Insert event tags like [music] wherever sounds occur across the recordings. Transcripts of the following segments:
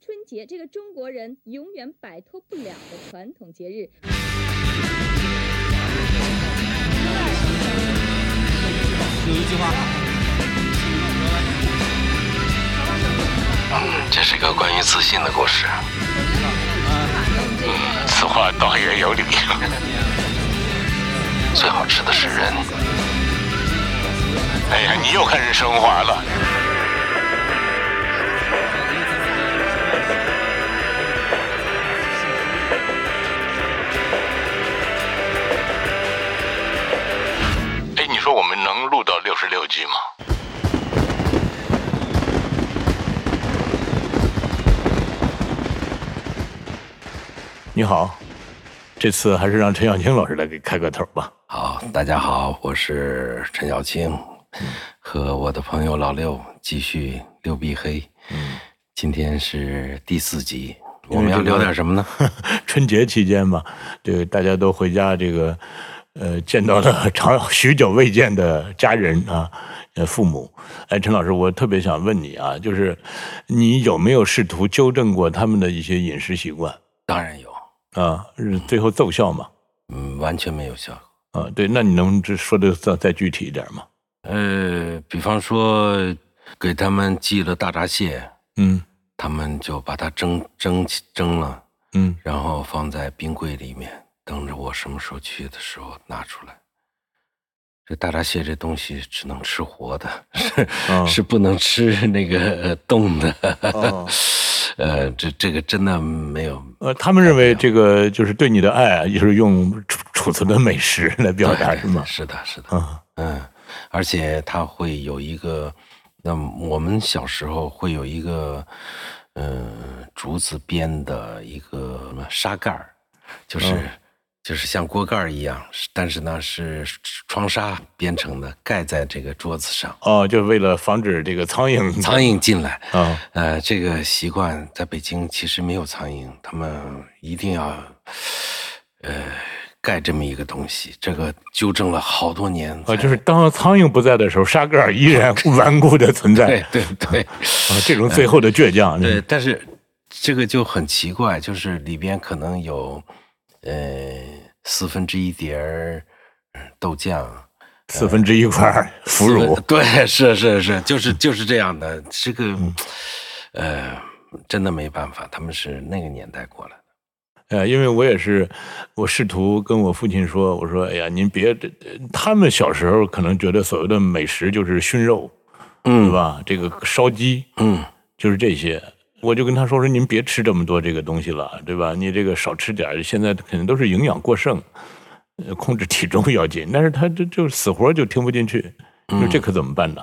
春节这个中国人永远摆脱不了的传统节日。有一句话，嗯，这是个关于自信的故事。嗯，此话倒也有理。 [laughs] 最好吃的是人。哎呀，你又开始升华了。哎，你说我们能录到六十六集吗？你好，这次还是让陈小青老师来给开个头吧。 [laughs] 好，大家好，我是陈小青，和我的朋友老六继续六必黑。嗯，今天是第四集，因为我们要这个聊点什么呢？春节期间嘛，这个大家都回家，这个呃见到了长 [laughs] 许久未见的家人啊，呃父母。哎，陈老师，我特别想问你啊，就是你有没有试图纠正过他们的一些饮食习惯当然有，啊？是最后奏效嘛？嗯，完全没有效果。啊，对，那你能这说的再再具体一点吗？呃，比方说给他们寄了大闸蟹，嗯他们就把它蒸蒸起蒸了，嗯，然后放在冰柜里面，等着我什么时候去的时候拿出来。这大闸蟹这东西只能吃活的，是、哦是不能吃那个呃冻的。哦呃，这这个真的没有 [laughs] 呃，他们认为这个就是对你的爱，啊，就是用储储存的美食来表达，对是吗？是的，是的。啊，嗯，而且它会有一个，那么我们小时候会有一个，呃，竹子编的一个什么纱盖儿，就是、啊就是像锅盖儿一样，是但是呢是窗纱编成的，盖在这个桌子上，哦，就是为了防止这个苍蝇苍蝇进来。啊，呃，这个习惯在北京其实没有苍蝇，他们一定要，呃，盖这么一个东西，这个纠正了好多年才。啊，就是当苍蝇不在的时候，沙盖儿依然顽固的存在对对对。啊，这种最后的倔强，对，，但是这个就很奇怪，就是里边可能有呃四分之一碟儿呃豆酱，四分之一块儿腐四分 [laughs] 乳，对，是是是，就是就是这样的。这个、呃，真的没办法，他们是那个年代过来的。呃，因为我也是，我试图跟我父亲说，我说，哎呀，您别，这他们小时候可能觉得所谓的美食就是熏肉，对嗯吧？这个烧鸡，嗯，就是这些。我就跟他说说，您别吃这么多这个东西了，对吧？你这个少吃点儿，现在肯定都是营养过剩，呃控制体重要紧。但是他这就死活就听不进去，你说这可怎么办呢？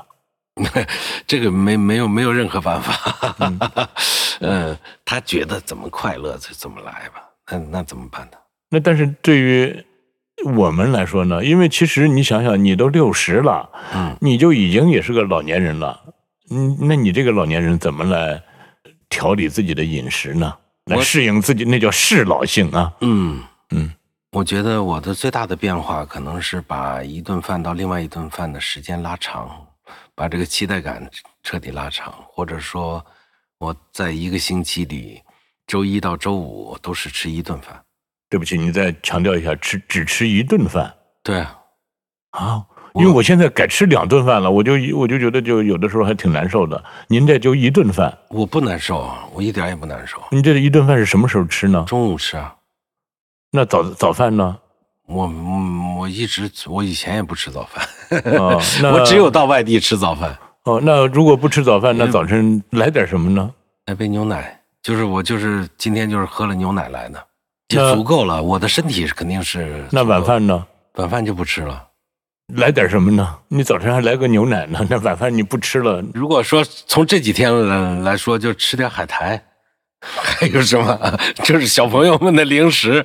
这个没没有没有任何办法。 [laughs] 嗯他觉得怎么快乐就怎么来吧。那那怎么办呢？那但是对于我们来说呢，因为其实你想想，你都六十了，嗯你就已经也是个老年人了，嗯，那你这个老年人怎么来调理自己的饮食呢？来我适应自己，那叫适老性啊。嗯，嗯嗯，我觉得我的最大的变化可能是把一顿饭到另外一顿饭的时间拉长，把这个期待感彻底拉长，或者说我在一个星期里，周一到周五我都是吃一顿饭。对不起，你再强调一下，吃只吃一顿饭。对啊，啊，因为我现在改吃两顿饭了，我就我就觉得就有的时候还挺难受的。您这就一顿饭，我不难受，我一点也不难受。您这一顿饭是什么时候吃呢？中午吃啊，那早早饭 [laughs] 呢？我嗯我一直我以前也不吃早饭，哦那我只有嗯到外地吃早饭，哦，那如果不吃早饭，那早晨来点什么呢？来杯哎牛奶，就是我就是今天就是喝了牛奶来的，那就足够了。我的身体是肯定是那足够晚饭呢？晚饭就不吃了。来点什么呢？你早晨还来个牛奶呢，那晚饭你不吃了，如果说从这几天来来说，就吃点海苔， [laughs] 还有什么 [laughs] 就是小朋友们的零食，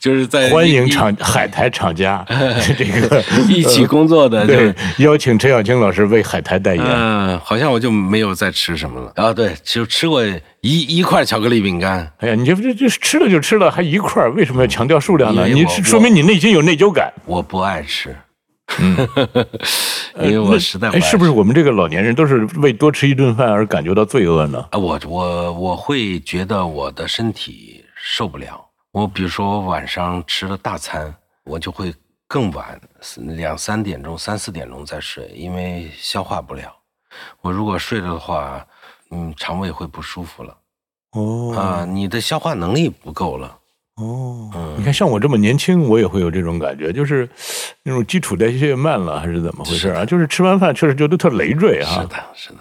就是在欢呃一迎一厂海苔厂 [laughs] 家这个一起工作的，就 [laughs] 对哎是。邀请陈小青老师为海苔代言。嗯，好像我就没有再吃什么了啊！对，就吃过一一块巧克力饼干，哎呀，你这这这吃了就吃了，还一块儿，为什么要强调数量呢？因为你我是我说明你内心有内疚感。我不爱吃。嗯呃 [laughs] 因为我那实在哎，不爱是不是吃我们这个老年人都是为多吃一顿饭而感觉到罪恶呢？啊，我我我会觉得我的身体受不了。我比如说我晚上吃了大餐，我就会更晚，两三点钟、三四点钟再睡，因为消化不了。我如果睡了的话，嗯，肠胃会不舒服了哦啊、你的消化能力不够了。嗯哦，你看像我这么年轻，我也会有这种感觉，就是那种基础代谢慢了还是怎么回事是啊？就是吃完饭确实觉得特累赘是啊。的，是的。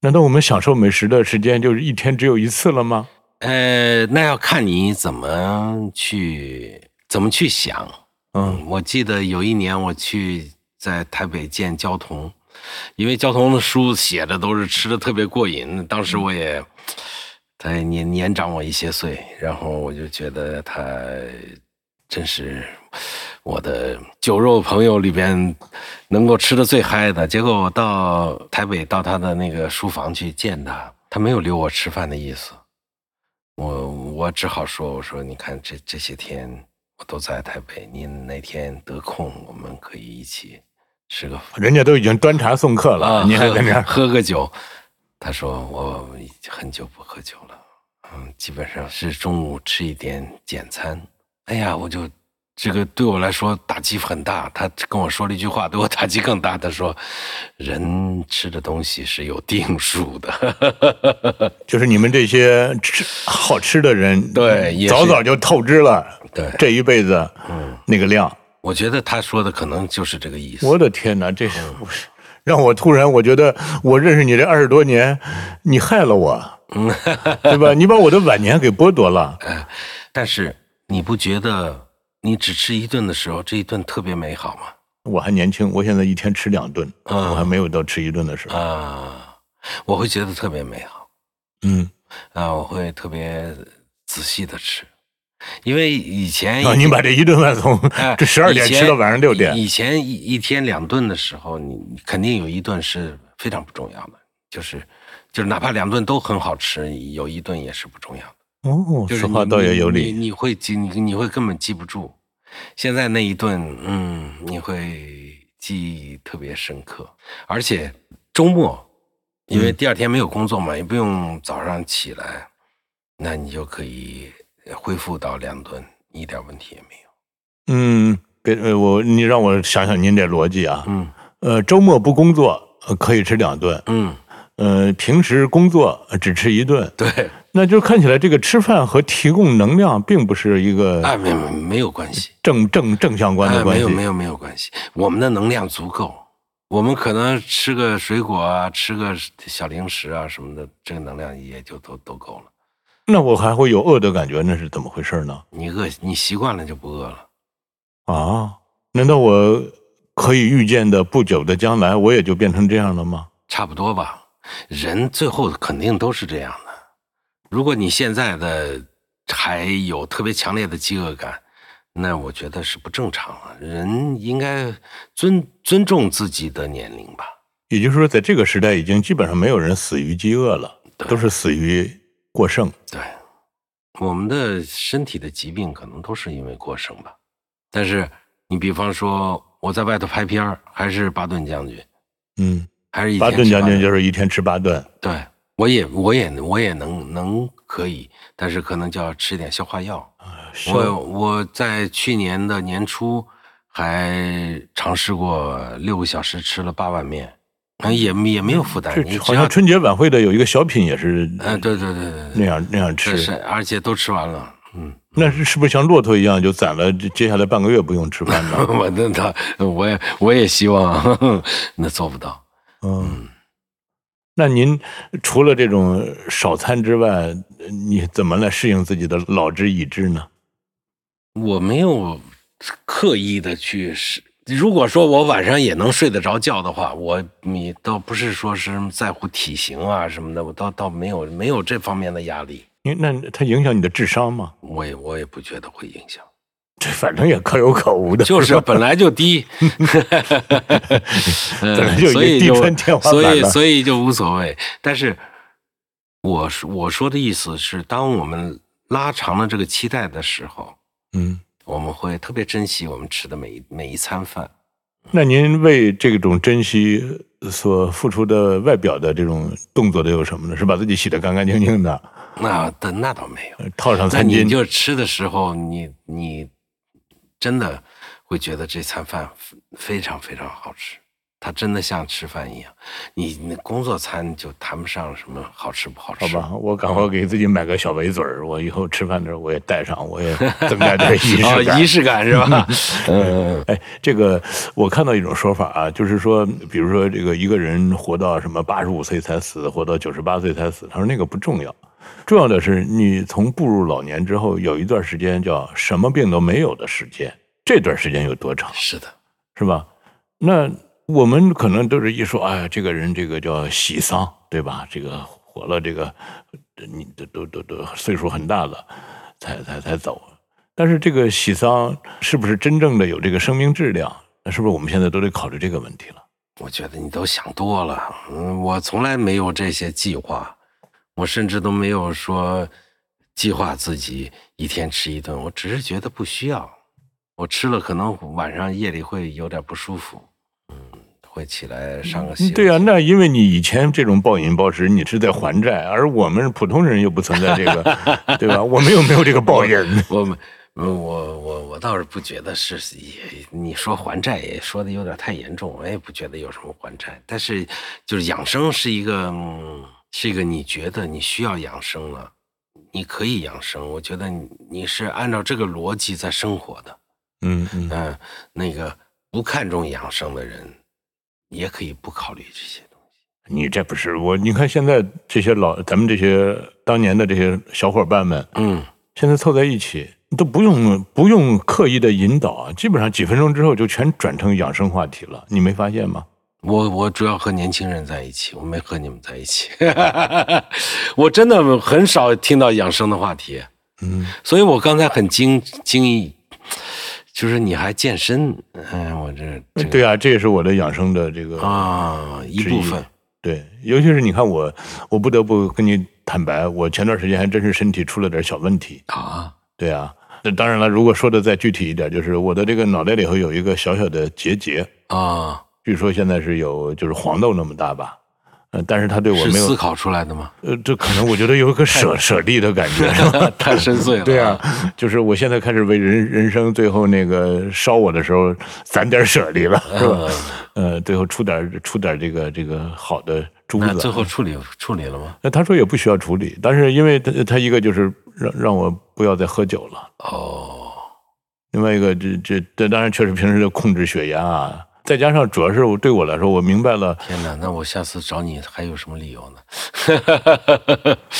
难道我们享受美食的时间就是一天只有一次了吗？呃，那要看你怎么去怎么去想。嗯，我记得有一年我去在台北见焦桐，因为焦桐的书写的都是吃的特别过瘾，当时我也他也年年长我一些岁，然后我就觉得他真是我的酒肉朋友里边能够吃的最嗨的。结果我到台北到他的那个书房去见他，他没有留我吃饭的意思。我我只好说，我说你看这这些天我都在台北，您哪天得空，我们可以一起吃个饭人家都已经端茶送客了，啊，你还喝在 [laughs] 那儿？喝个酒。他说我很久不喝酒了，嗯，基本上是中午吃一点简餐。哎呀，我就这个对我来说打击很大。他跟我说了一句话，对我打击更大。他说，人吃的东西是有定数 [laughs] 的，就是你们这些吃好吃的人，对也是早早就透支了对。这一辈子，嗯，那个量。我觉得他说的可能就是这个意思。我的天哪，这我是让我突然我觉得我认识你这二十多年，你害了我， [laughs] 对吧？你把我的晚年给剥夺了。但是你不觉得你只吃一顿的时候，这一顿特别美好吗？我还年轻，我现在一天吃两顿，嗯我还没有到吃一顿的时候。啊，我会觉得特别美好嗯，啊，我会特别仔细的吃，因为以前啊，你把这一顿饭从 [laughs] 哎这十二点以前吃到晚上六点，以前一一天两顿的时候，你你肯定有一顿是非常不重要的，就是就是哪怕两顿都很好吃，有一顿也是不重要的。哦，就是此话你倒也你有你理。你会记，你你会根本记不住。现在那一顿，嗯，你会记忆特别深刻，而且周末，因嗯为第二天没有工作嘛，也不用早上起来，那你就可以恢复到两顿，一点问题也没有。嗯，给呃我你让我想想您这逻辑啊。嗯呃，周末不工作、呃可以吃两顿，嗯，呃，平时工作、呃只吃一顿，对，那就看起来这个吃饭和提供能量并不是一啊，个没没没有关系，正正正相关啊的，关没系有。没有没有关系，我们的能量足够。我们可能吃个水果啊，吃个小零食啊什么的，这个能量也就都都够了。那我还会有饿的感觉，那是怎么回事呢？你饿，你习惯了就不饿了。啊，难道我可以预见的不久的将来，我也就变成这样了吗？差不多吧，人最后肯定都是这样的。如果你现在的还有特别强烈的饥饿感，那我觉得是不正常了。人应该尊尊重自己的年龄吧。也就是说，在这个时代，已经基本上没有人死于饥饿了，都是死于过剩。对，我们的身体的疾病可能都是因为过剩吧。但是你比方说，我在外头拍片儿，还是巴顿将军，嗯，还是以前巴顿吃将军顿就是一天吃八顿。对，我也我也我也能能可以，但是可能就要吃点消化药。我我在去年的年初还尝试过六个小时吃了八碗面，嗯也也没有负担。哎这你嗯好只要像春节晚会的有一个小品也是嗯、对对对对那对，样那样这是吃，而且都吃完了。嗯，那是是不是像骆驼一样就攒了这接下来半个月不用吃饭 [laughs] 呢？我那他我也我也希望，呵呵那做不到。嗯，那您除了这种少餐之外，你怎么来适应自己的老之已至呢？我没有刻意的去是，如果说我晚上也能睡得着觉的话，我你倒不是说是在乎体型啊什么的，我倒倒没有没有这方面的压力，因为那它影响你的智商吗？我也我也不觉得会影响，这反正也可有可无 [laughs] 的，就是啊吧本来 [laughs] 就低，本来嗯就已所以经就低穿天花板所以了所以就无所谓。但是我说我说的意思是，当我们拉长了这个期待的时候，嗯我们会特别珍惜我们吃的每一每一餐饭。那您为这种珍惜所付出的外表的这种动作都有什么呢？是把自己洗得干干净净的，那但那倒没有。呃套上那餐巾你，就吃的时候，你你真的会觉得这餐饭非常非常好吃，它真的像吃饭一样。你你工作餐就谈不上什么好吃不好好吃，吧，我赶快给自己买个小围嘴儿，我以后吃饭的时候我也带上，我也增加 [laughs] 点仪式哦感。仪式感是吧？嗯，哎，这个我看到一种说法啊，就是说，比如说这个一个人活到什么八十五岁才死，活到九十八岁才死，他说那个不重要，重要的是你从步入老年之后有一段时间叫什么病都没有的时间，这段时间有多长，是的，是吧？那我们可能都是一说，哎，这个人这个叫喜丧，对吧？这个活了这个，你都都都都岁数很大了，才才才走。但是这个喜丧是不是真正的有这个生命质量？那是不是我们现在都得考虑这个问题了？我觉得你都想多了。嗯，我从来没有这些计划，我甚至都没有说计划自己一天吃一顿，我只是觉得不需要。我吃了，可能晚上夜里会有点不舒服，嗯，会起来上个洗。对啊，那因为你以前这种暴饮暴食，你是在还债，而我们普通人又不存在这个，对吧？我们又没有这个报应。 [laughs] 我们，我我我我倒是不觉得是也，你说还债也说的有点太严重，我也不觉得有什么还债。但是就是养生是一个，嗯是一个你觉得你需要养生了，你可以养生。我觉得你你是按照这个逻辑在生活的。嗯嗯，嗯、那个不看重养生的人，也可以不考虑这些东西。你这不是我？你看现在这些老，咱们这些当年的这些小伙伴们，嗯，现在凑在一起，都不用不用刻意的引导啊，基本上几分钟之后就全转成养生话题了，你没发现吗？我我主要和年轻人在一起，我没和你们在一起。 [laughs] 我真的很少听到养生的话题，嗯，所以我刚才很惊惊异，就是你还健身，哎，我这这对啊，这也是我的养生的这个啊一之部分，对，尤其是你看我，我不得不跟你坦白，我前段时间还真是身体出了点小问题。啊，对啊，那当然了，如果说的再具体一点，就是我的这个脑袋里头有一个小小的结节，啊，据说现在是有就是黄豆那么大吧，呃，但是它对我是没思有，考出来的吗？呃，这可能我觉得有一个 [laughs] 舍舍利的感觉，是吧？太深邃 [laughs] 了。对啊，就是我现在开始为人人生最后那个烧我的时候攒点舍利嗯了，是吧？呃，最后出点出点这个这个好的珠那子。最后处理处理了吗？那他说也不需要处理，但是因为他他一个就是让让我不要再喝酒了，哦，另外一个这这这当然确实平时就控制血压啊，再加上主要是我对我来说，我明白了，天哪，那我下次找你还有什么理由呢？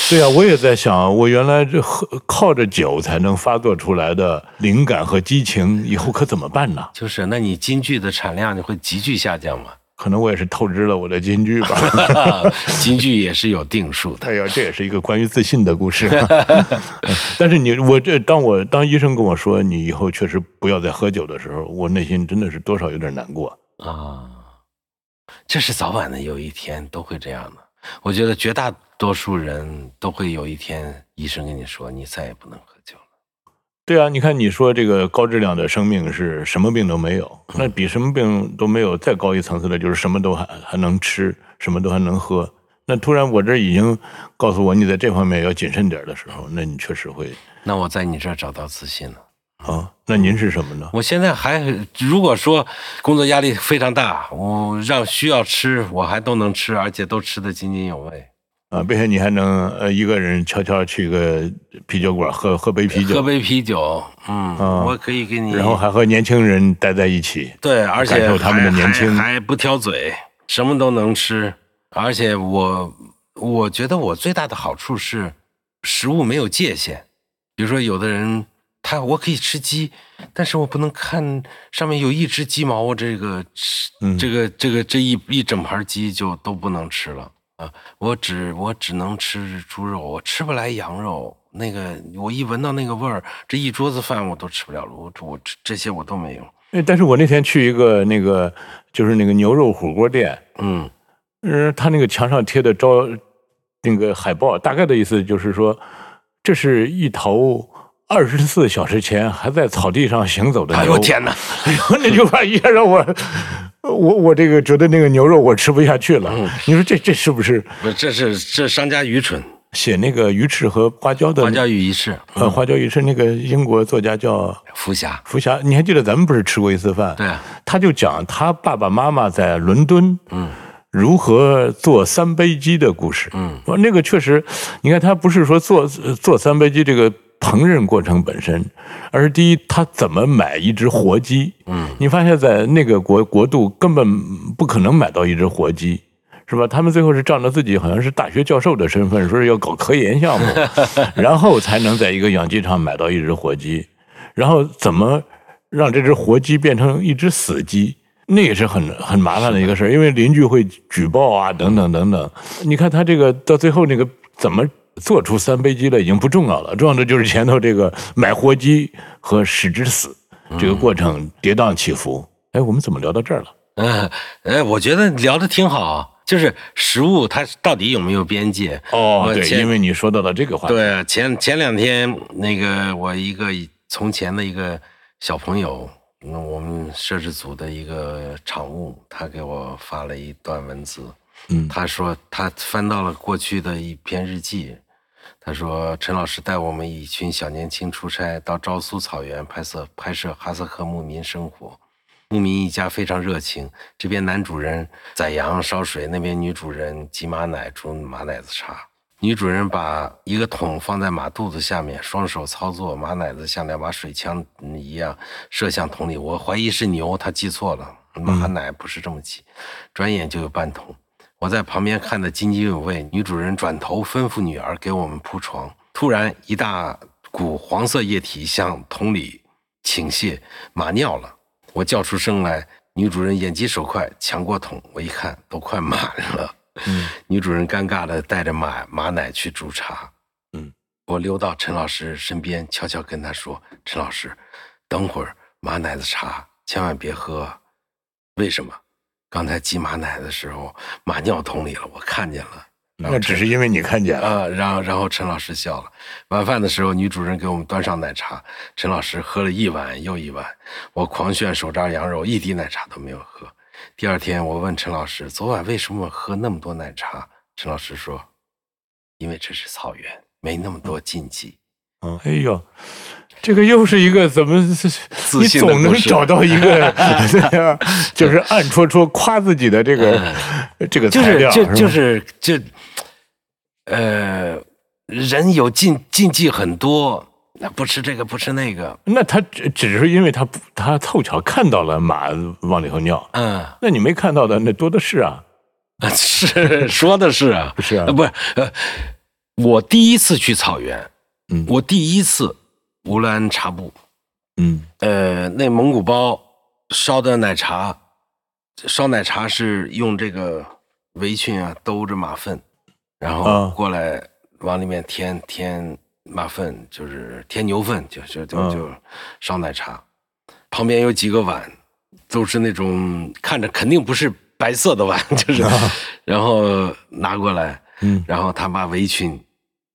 对啊，我也在想，我原来这喝靠着酒才能发作出来的灵感和激情，以后可怎么办呢？ [laughs] 就是，那你金句的产量你会急剧下降吗？可能我也是透支了我的金句 [laughs] 吧。京剧也是有定数的。哎呀，这也是一个关于自信的故事。 [laughs] 哎但是你，我这当我当医生跟我说你以后确实不要再喝酒的时候，我内心真的是多少有点难过。啊，这是早晚的，有一天都会这样的。我觉得绝大多数人都会有一天，医生跟你说你再也不能喝酒了。对啊，你看你说这个高质量的生命是什么病都没有，嗯那比什么病都没有再高一层次的，就是什么都还还能吃，什么都还能喝。那突然我这已经告诉我你在这方面要谨慎点的时候，那你确实会那我在你这儿找到自信了。啊。那您是什么呢？我现在还如果说工作压力非常大，我让需要吃，我还都能吃，而且都吃得津津有味。啊，并且你还能呃一个人悄悄去个啤酒馆喝喝杯啤酒，喝杯啤酒，嗯，啊我可以给你，然后还和年轻人待在一起。对，而且感受他们的还年轻还还不挑嘴，什么都能吃。而且我我觉得我最大的好处是，食物没有界限。比如说，有的人他我可以吃鸡，但是我不能看上面有一只鸡毛，我这个吃、嗯这个这个这一一整盘鸡就都不能吃了啊！我只我只能吃猪肉，我吃不来羊肉。那个我一闻到那个味儿，这一桌子饭我都吃不了了。我我这这些我都没有。哎但是我那天去一个那个就是那个牛肉火锅店，嗯，嗯，他那个墙上贴的招那个海报，大概的意思就是说，这是一头二十四小时前还在草地上行走的牛。哎呦天哪！然后那句话一下让我，我我这个觉得那个牛肉我吃不下去了。嗯你说这这是不是不，这是这商家愚蠢，写那个鱼翅和花椒的？花椒与鱼翅，呃，花椒鱼翅那个英国作家叫福霞，福霞，你还记得咱们不是吃过一次饭？对啊他就讲他爸爸妈妈在伦敦，嗯，如何做三杯鸡的故事。嗯，那个确实，你看他不是说做呃做三杯鸡这个烹饪过程本身，而是第一他怎么买一只活鸡。嗯，你发现在那个国国度根本不可能买到一只活鸡。是吧？他们最后是仗着自己好像是大学教授的身份，说是要搞科研项目，然后才能在一个养鸡场买到一只活鸡。然后怎么让这只活鸡变成一只死鸡，那也是很很麻烦的一个事儿，因为邻居会举报啊，等等等等。你看他这个到最后那个怎么做出三杯鸡来已经不重要了，重要的就是前头这个买活鸡和使之死这个过程跌宕起伏。哎，我们怎么聊到这儿了？嗯，哎，我觉得聊的挺好，啊就是食物它到底有没有边界？哦我，对，前因为你说到了这个话题，对，前前两天那个我一个从前的一个小朋友，那我们摄制组的一个场务，他给我发了一段文字，嗯他说他翻到了过去的一篇日记，他说陈老师带我们一群小年轻出差到昭苏草原拍摄拍摄哈萨克牧民生活。牧民一家非常热情，这边男主人宰羊烧水，那边女主人挤马奶煮马奶子茶。女主人把一个桶放在马肚子下面，双手操作马奶子像两把水枪嗯一样射向桶里。我怀疑是牛，她记错了，马奶不是这么挤。转眼就有半桶，我在旁边看得津津有味。女主人转头吩咐女儿给我们铺床，突然一大股黄色液体向桶里倾泻，马尿了。我叫出声来，女主人眼疾手快抢过桶，我一看都快满了。 [laughs] 嗯，女主人尴尬的带着马马奶去煮茶。嗯，我溜到陈老师身边，悄悄跟他说：“陈老师，等会儿马奶的茶千万别喝啊，为什么？刚才挤马奶的时候，马尿桶里了，我看见了。”那只是因为你看见了。啊，然后然后陈老师笑了。晚饭的时候，女主人给我们端上奶茶，陈老师喝了一碗又一碗，我狂炫手抓羊肉，一滴奶茶都没有喝。第二天，我问陈老师，昨晚为什么喝那么多奶茶？陈老师说，因为这是草原，没那么多禁忌。啊嗯，哎呦，这个又是一个怎么？你信的总能故事找到一 [laughs] 个， [laughs] 对啊就是暗戳戳夸自己的这个这个就嗯材是料，就是吧就是就，呃，人有禁禁忌很多，那不吃这个不吃那个，那他只只是因为他不他凑巧看到了马往里头尿，嗯。 [laughs] 那你没看到的那多的是啊。是说的是啊，是啊呃不是呃，我第一次去草原，嗯我第一次乌兰察布，嗯呃，那蒙古包烧的奶茶，烧奶茶是用这个围裙啊兜着马粪，然后啊过来往里面添添马粪，就是添牛粪，就就就嗯就烧奶茶，旁边有几个碗，都是那种看着肯定不是白色的碗，就是，啊然后拿过来，嗯然后他把围裙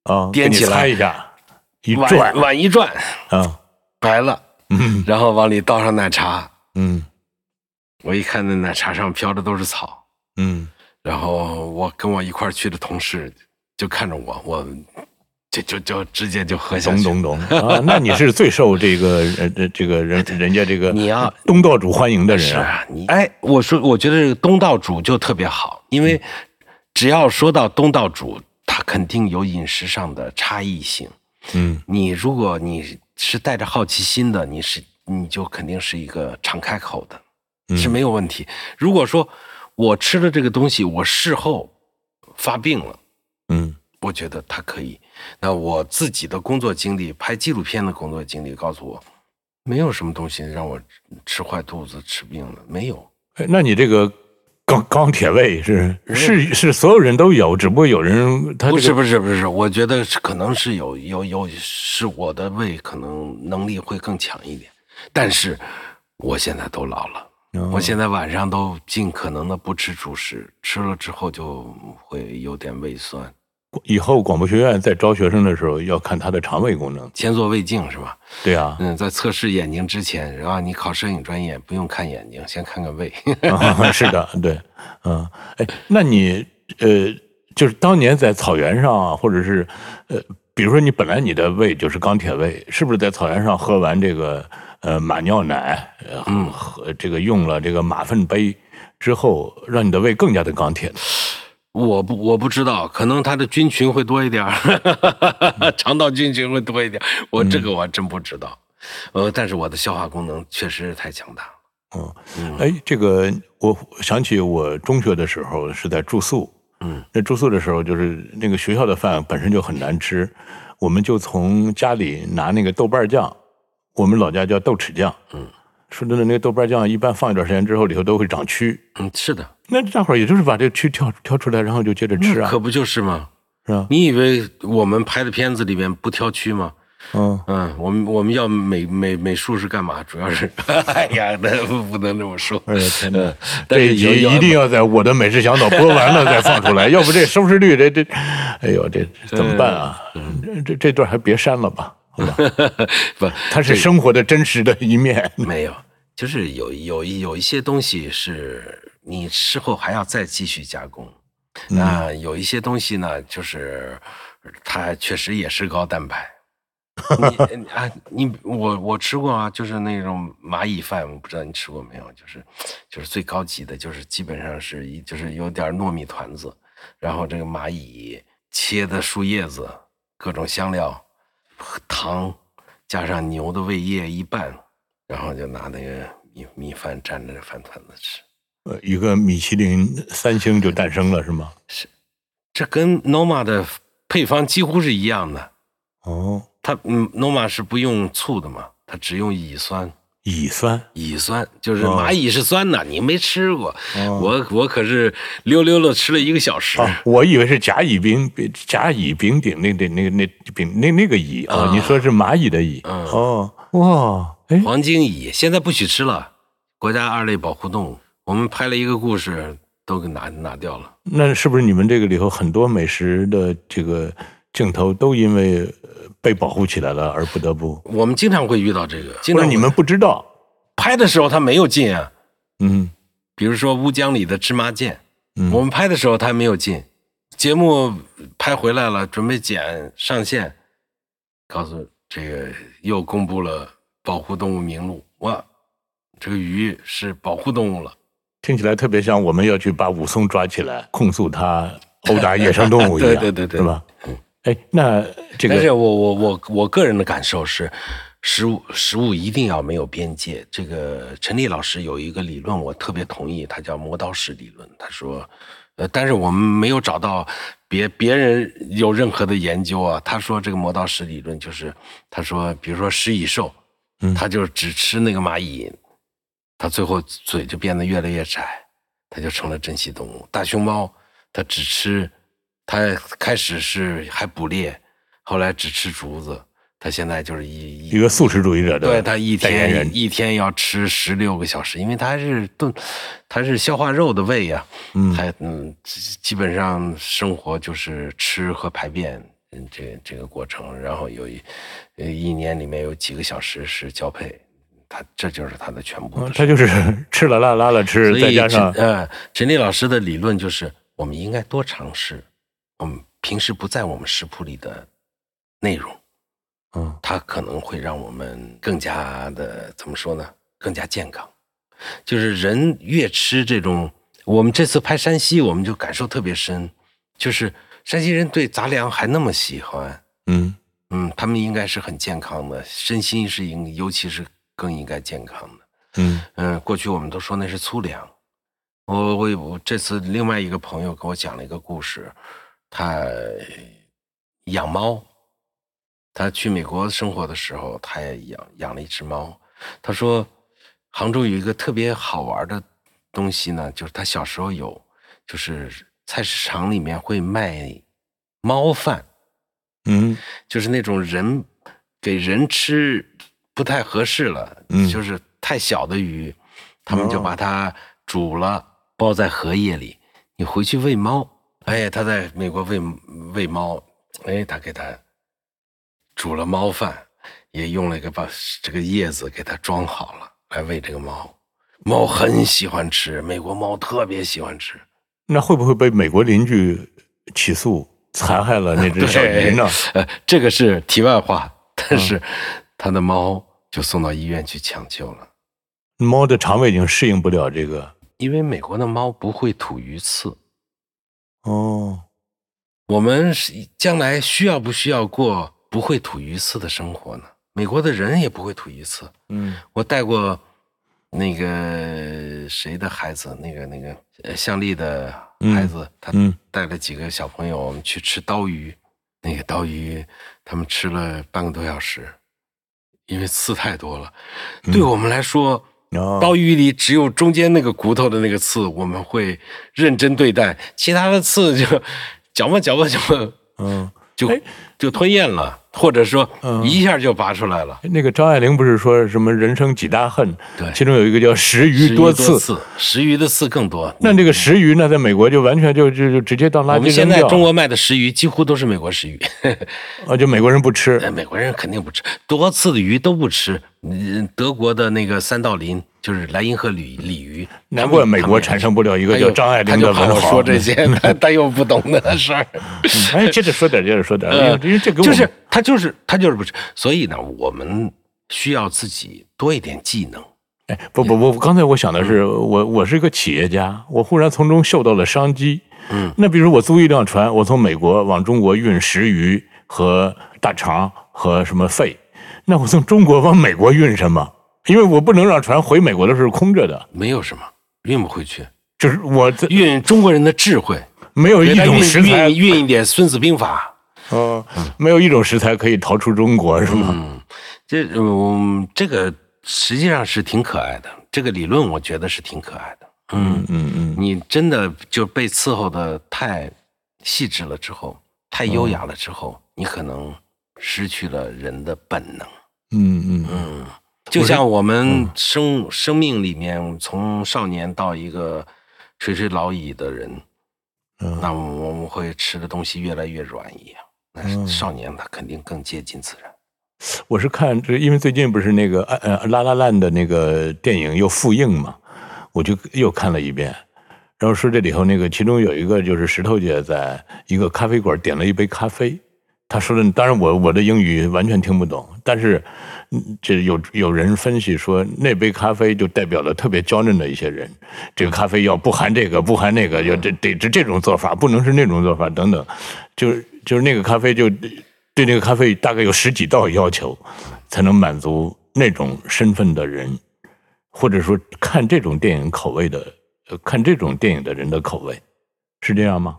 啊，掂给你起来猜一下，一转碗碗一转啊，白了，嗯然后往里倒上奶茶，嗯我一看那奶茶上飘的都是草，嗯，然后我跟我一块儿去的同事就看着我，我就就就直接就喝下懂去。懂懂啊，那你是最受这个呃呃这个人人家这个你要东道主欢迎的人是啊，啊，你哎，我说我觉得这个东道主就特别好，因为只要说到东道主，他肯定有饮食上的差异性。嗯你如果你是带着好奇心的，你是你就肯定是一个敞开口的，嗯是没有问题。如果说我吃了这个东西，我事后发病了。嗯我觉得他可以。那我自己的工作经历，拍纪录片的工作经历告诉我，没有什么东西让我吃坏肚子、吃病了，没有。哎，那你这个钢钢铁胃是是是所有人都有，只不过有人他嗯不这是个不是不是，我觉得是可能是有有有，是我的胃可能能力会更强一点，但是我现在都老了。哦我现在晚上都尽可能的不吃主食，吃了之后就会有点胃酸。以后广播学院在招学生的时候要看他的肠胃功能。前做胃镜是吧？对啊， [laughs] 嗯，在测试眼睛之前，啊，你考摄影专业不用看眼睛，先看看胃。 [laughs] 啊是的，对，嗯，哎，那你呃，就是当年在草原上啊，或者是呃，比如说你本来你的胃就是钢铁胃，是不是在草原上喝完这个呃马尿奶，呃，嗯喝这个用了这个马粪杯之后，让你的胃更加的钢铁呢？我不我不知道，可能它的菌群会多一点儿， [laughs] 肠道菌群会多一点儿。我这嗯个我还真不知道，呃，但是我的消化功能确实是太强大了。嗯嗯哎，这个我想起我中学的时候是在住宿，嗯，那住宿的时候就是那个学校的饭本身就很难吃，我们就从家里拿那个豆瓣酱，我们老家叫豆豉酱，嗯，说真的，那个豆瓣酱一般放一段时间之后，里头都会长蛆，嗯，是的，那大伙儿也就是把这个蛆挑挑出来，然后就接着吃啊可，不就是吗？是吧？你以为我们拍的片子里面不挑蛆吗？嗯，嗯，我们我们要美美美术是干嘛？主要是， [laughs] 哎呀，那不能这么说。哎呀天哪嗯但这是一集有有一定要在我的美食小岛播完了再放出来，要不这收视率这这，哎呦这怎么办啊？嗯这这这段还别删了吧。好吧不，它是生活的真实的一面。 [laughs] 没有，就是有有一有一些东西是你事后还要再继续加工。嗯啊那有一些东西呢，就是它确实也是高蛋白。你啊，你我我吃过啊，就是那种蚂蚁饭，我不知道你吃过没有，就是就是最高级的，就是基本上是一就是有点糯米团子，然后这个蚂蚁切的树叶子，各种香料，糖，加上牛的胃液一拌，然后就拿那个米米饭蘸着饭团子吃。呃一个米其林三星就诞生了，是吗？这跟 Noma 的配方几乎是一样的。哦，它嗯，Noma 是不用醋的嘛，它只用乙酸。乙酸，乙酸就是哦蚂蚁是酸的，你没吃过，哦我我可是溜溜了吃了一个小时。啊，我以为是甲乙丙甲乙丙丁那那那那丙那那个乙啊，啊你说是蚂蚁的蚁嗯哦哇哎 [laughs] 黄金蚁现在不许吃了，国家二类保护动物。我们拍了一个故事，都给拿拿掉了。那是不是你们这个里头很多美食的这个镜头都因为呃被保护起来了而不得不，我们经常会遇到这个，经或者常你们会不知道？拍的时候它没有进啊，嗯比如说乌江里的芝麻剑，嗯，我们拍的时候它没有进，节目拍回来了，准备剪上线，告诉这个又公布了保护动物名录，哇，这个鱼是保护动物了。听起来特别像我们要去把武松抓起来，控诉 [laughs] 他殴打野生动物一样，对对对对是吧？哎，那这但是个我我我我个人的感受是，食物食物一定要没有边界。这个陈丽老师有一个理论，我特别同意，他叫磨刀石理论。他说，呃，但是我们没有找到别别人有任何的研究啊。他说这个磨刀石理论就是，他说比如说食蚁兽，嗯他就只吃那个蚂蚁，他最后嘴就变得越来越窄，它就成了珍稀动物。大熊猫它只吃，它开始是还捕猎，后来只吃竹子，它现在就是一一个素食主义者的对它一代言天人，一天要吃十六个小时，因为它是炖，它是消化肉的胃呀、嗯它嗯基基本上生活就是吃和排便。嗯，这这个过程，然后有一，呃一年里面有几个小时是交配，它这就是它的全部的嗯他就是 [laughs] 吃了拉拉了吃，所再以加陈上呃，陈丽老师的理论就是，我们应该多尝试我们平时不在我们食谱里的内容，嗯它可能会让我们更加的怎么说呢？更加健康。就是人越吃这种，我们这次拍山西，我们就感受特别深，就是山西人对杂粮还那么喜欢，嗯嗯，他们应该是很健康的，身心是应，尤其是更应该健康的。嗯嗯，过去我们都说那是粗粮。我我我这次另外一个朋友给我讲了一个故事，他养猫，他去美国生活的时候，他也养养了一只猫。他说，杭州有一个特别好玩的东西呢，就是他小时候有，就是菜市场里面会卖猫饭。嗯就是那种人给人吃不太合适了，嗯就是太小的鱼，他们就把它煮了，包在荷叶里，你回去喂猫。哎，他在美国喂喂猫，哎，他给他煮了猫饭，也用了一个把这个叶子给它装好了来喂这个猫。猫很喜欢吃，美国猫特别喜欢吃。那会不会被美国邻居起诉残害了那只小鱼呢？呃，这个是题外话，但是他的猫就送到医院去抢救了，猫的肠胃已经适应不了这个。因为美国的猫不会吐鱼刺。哦，我们是将来需要不需要过不会吐鱼刺的生活呢？美国的人也不会吐鱼刺。嗯，我带过那个谁的孩子，那个那个呃向丽的孩子，他嗯带了几个小朋友，我们去吃刀鱼。那个刀鱼，他们吃了半个多小时，因为刺太多了。对我们来说，嗯哦，刀鱼里只有中间那个骨头的那个刺，我们会认真对待，其他的刺就嚼吧嚼吧嚼吧嗯，就哎就吞咽了，或者说嗯一下就拔出来了。哎那个张爱玲不是说什么人生几大恨？对其中有一个叫食食鱼鱼多多次。刺，食鱼的刺更多。那这个食鱼呢，在美国就完全就就就直接当垃我们圾扔现在掉，中国卖的食鱼几乎都是美国食鱼，啊，就美国人不吃。 [laughs] 美国人肯定不吃，多刺的鱼都不吃。嗯，德国的那个三道鳞就是莱茵河鲤鲤鱼，难怪美国产生不了一一个叫张爱玲的文他就怕豪。我说这些，他他又不懂 [laughs] 的事儿。嗯，哎，接着说点，接着说点，呃因为这跟我就们是他就是他就是不吃，所以呢，我们需要自己多一点技能。哎，不不不，刚才我想的是，我我是一个企业家，我忽然从中嗅到了商机。嗯，那比如我租一辆船，我从美国往中国运石鱼和大肠和什么肺，那我从中国往美国运什么？因为我不能让船回美国的时候空着的，没有什么运不回去，就是我这运中国人的智慧，没哦有一给他种运食材运，运一点《孙子兵法嗯，没有一种食材可以逃出中国，是》。吗？嗯，这嗯这个实际上是挺可爱的，这个理论我觉得是挺可爱的。嗯，嗯嗯你真的就被伺候的太细致了之后，太优雅了之后，你可能失去了人的本能。嗯嗯嗯，就像我们生、生命里面，从少年到一个垂垂老矣的人，嗯那我们会吃的东西越来越软一样。那少年他肯定更接近自然。我是看这，因为最近不是那个呃《拉拉烂》的那个电影又复映嘛，我就又看了一遍。然后说这里头那个，其中有一个就是石头姐在一个咖啡馆点了一杯咖啡，她说的，当然我我的英语完全听不懂，但是嗯这有有人分析说那杯咖啡就代表了特别娇嫩的一些人，这个咖啡要不含这个不含那个，要这得是这种做法，不能是那种做法等等，就是就是那个咖啡就对那个咖啡大概有十几道要求，才能满足那种身份的人，或者说看这种电影口味的，呃看这种电影的人的口味，是这样吗？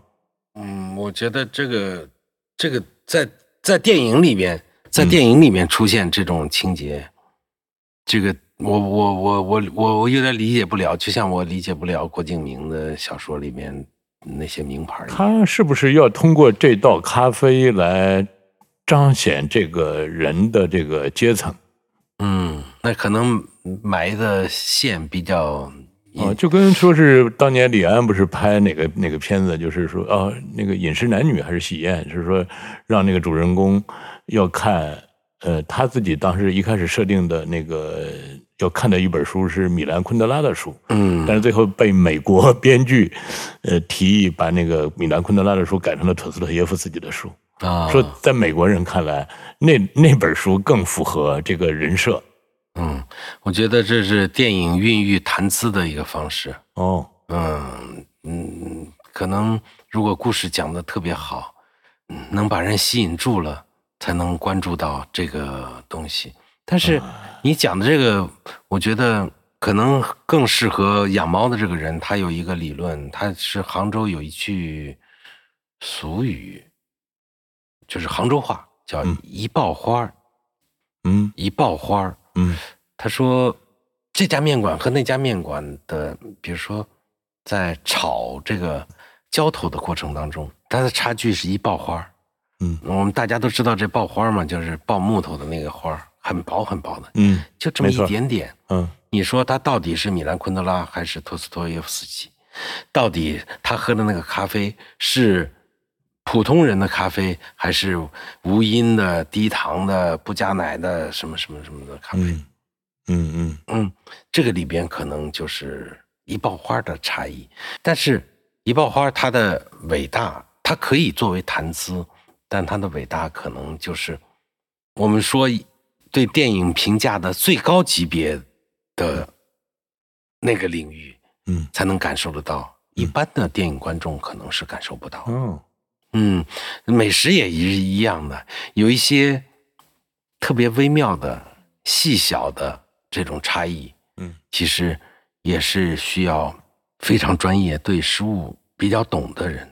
嗯，我觉得这个这个在在电影里面，在电影里面出现这种情节，这个我我我我我我有点理解不了，就像我理解不了郭敬明的小说里面那些名牌一样。他是不是要通过这道咖啡来彰显这个人的这个阶层嗯，那可能埋的线比较啊？就跟说是当年李安不是拍哪个哪个片子，就是说啊，那个《饮食男女》还是《喜宴》，是说让那个主人公要看。呃，他自己当时一开始设定的那个要看的一本书是米兰昆德拉的书，嗯但是最后被美国 [laughs] 编剧，呃，提议把那个米兰昆德拉的书改成了陀思妥耶夫自己的书，啊，说在美国人看来，那那本书更符合这个人设。嗯，我觉得这是电影孕育谈资的一个方式。哦，嗯嗯，可能如果故事讲的特别好，嗯能把人吸引住了，才能关注到这个东西。但是你讲的这个，我觉得可能更适合养猫的这个人，他有一个理论，他是杭州有一句俗语，就是杭州话叫嗯“一抱花儿，嗯一抱花儿”。嗯他说这家面馆和那家面馆的，比如说在炒这个浇头的过程当中，它的差距是一爆花儿。嗯我们大家都知道这爆花儿嘛，就是爆木头的那个花儿，很薄很薄的，嗯就这么没错一点点。嗯你说它到底是米兰昆德拉还是托斯托耶夫斯基？到底他喝的那个咖啡是普通人的咖啡，还是无因的、低糖的、不加奶的什么什么什么的咖啡？嗯嗯嗯嗯，这个里边可能就是一爆花的差异，但是一爆花它的伟大，它可以作为谈资，但它的伟大可能就是我们说对电影评价的最高级别的那个领域嗯，才能感受得到，一般的电影观众可能是感受不到。哦，嗯，美食也一一样的，有一些特别微妙的、细小的这种差异，嗯，其实也是需要非常专业、对食物比较懂的人，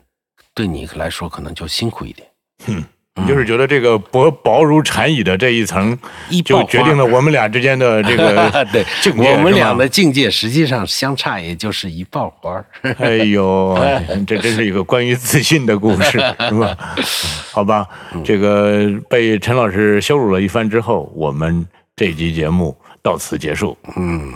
对你来说可能就辛苦一点。嗯你就是觉得这个薄薄如蝉蚁的这一层，一爆就花决定了我们俩之间的这个 [laughs] 对，境界我们是吧俩的境界实际上相差也就是一爆花儿。哎 [laughs] 呦，这真是一个关于自信的故事，是吧？好吧，嗯这个被陈老师羞辱了一番之后，我们这集节目到此结束。嗯。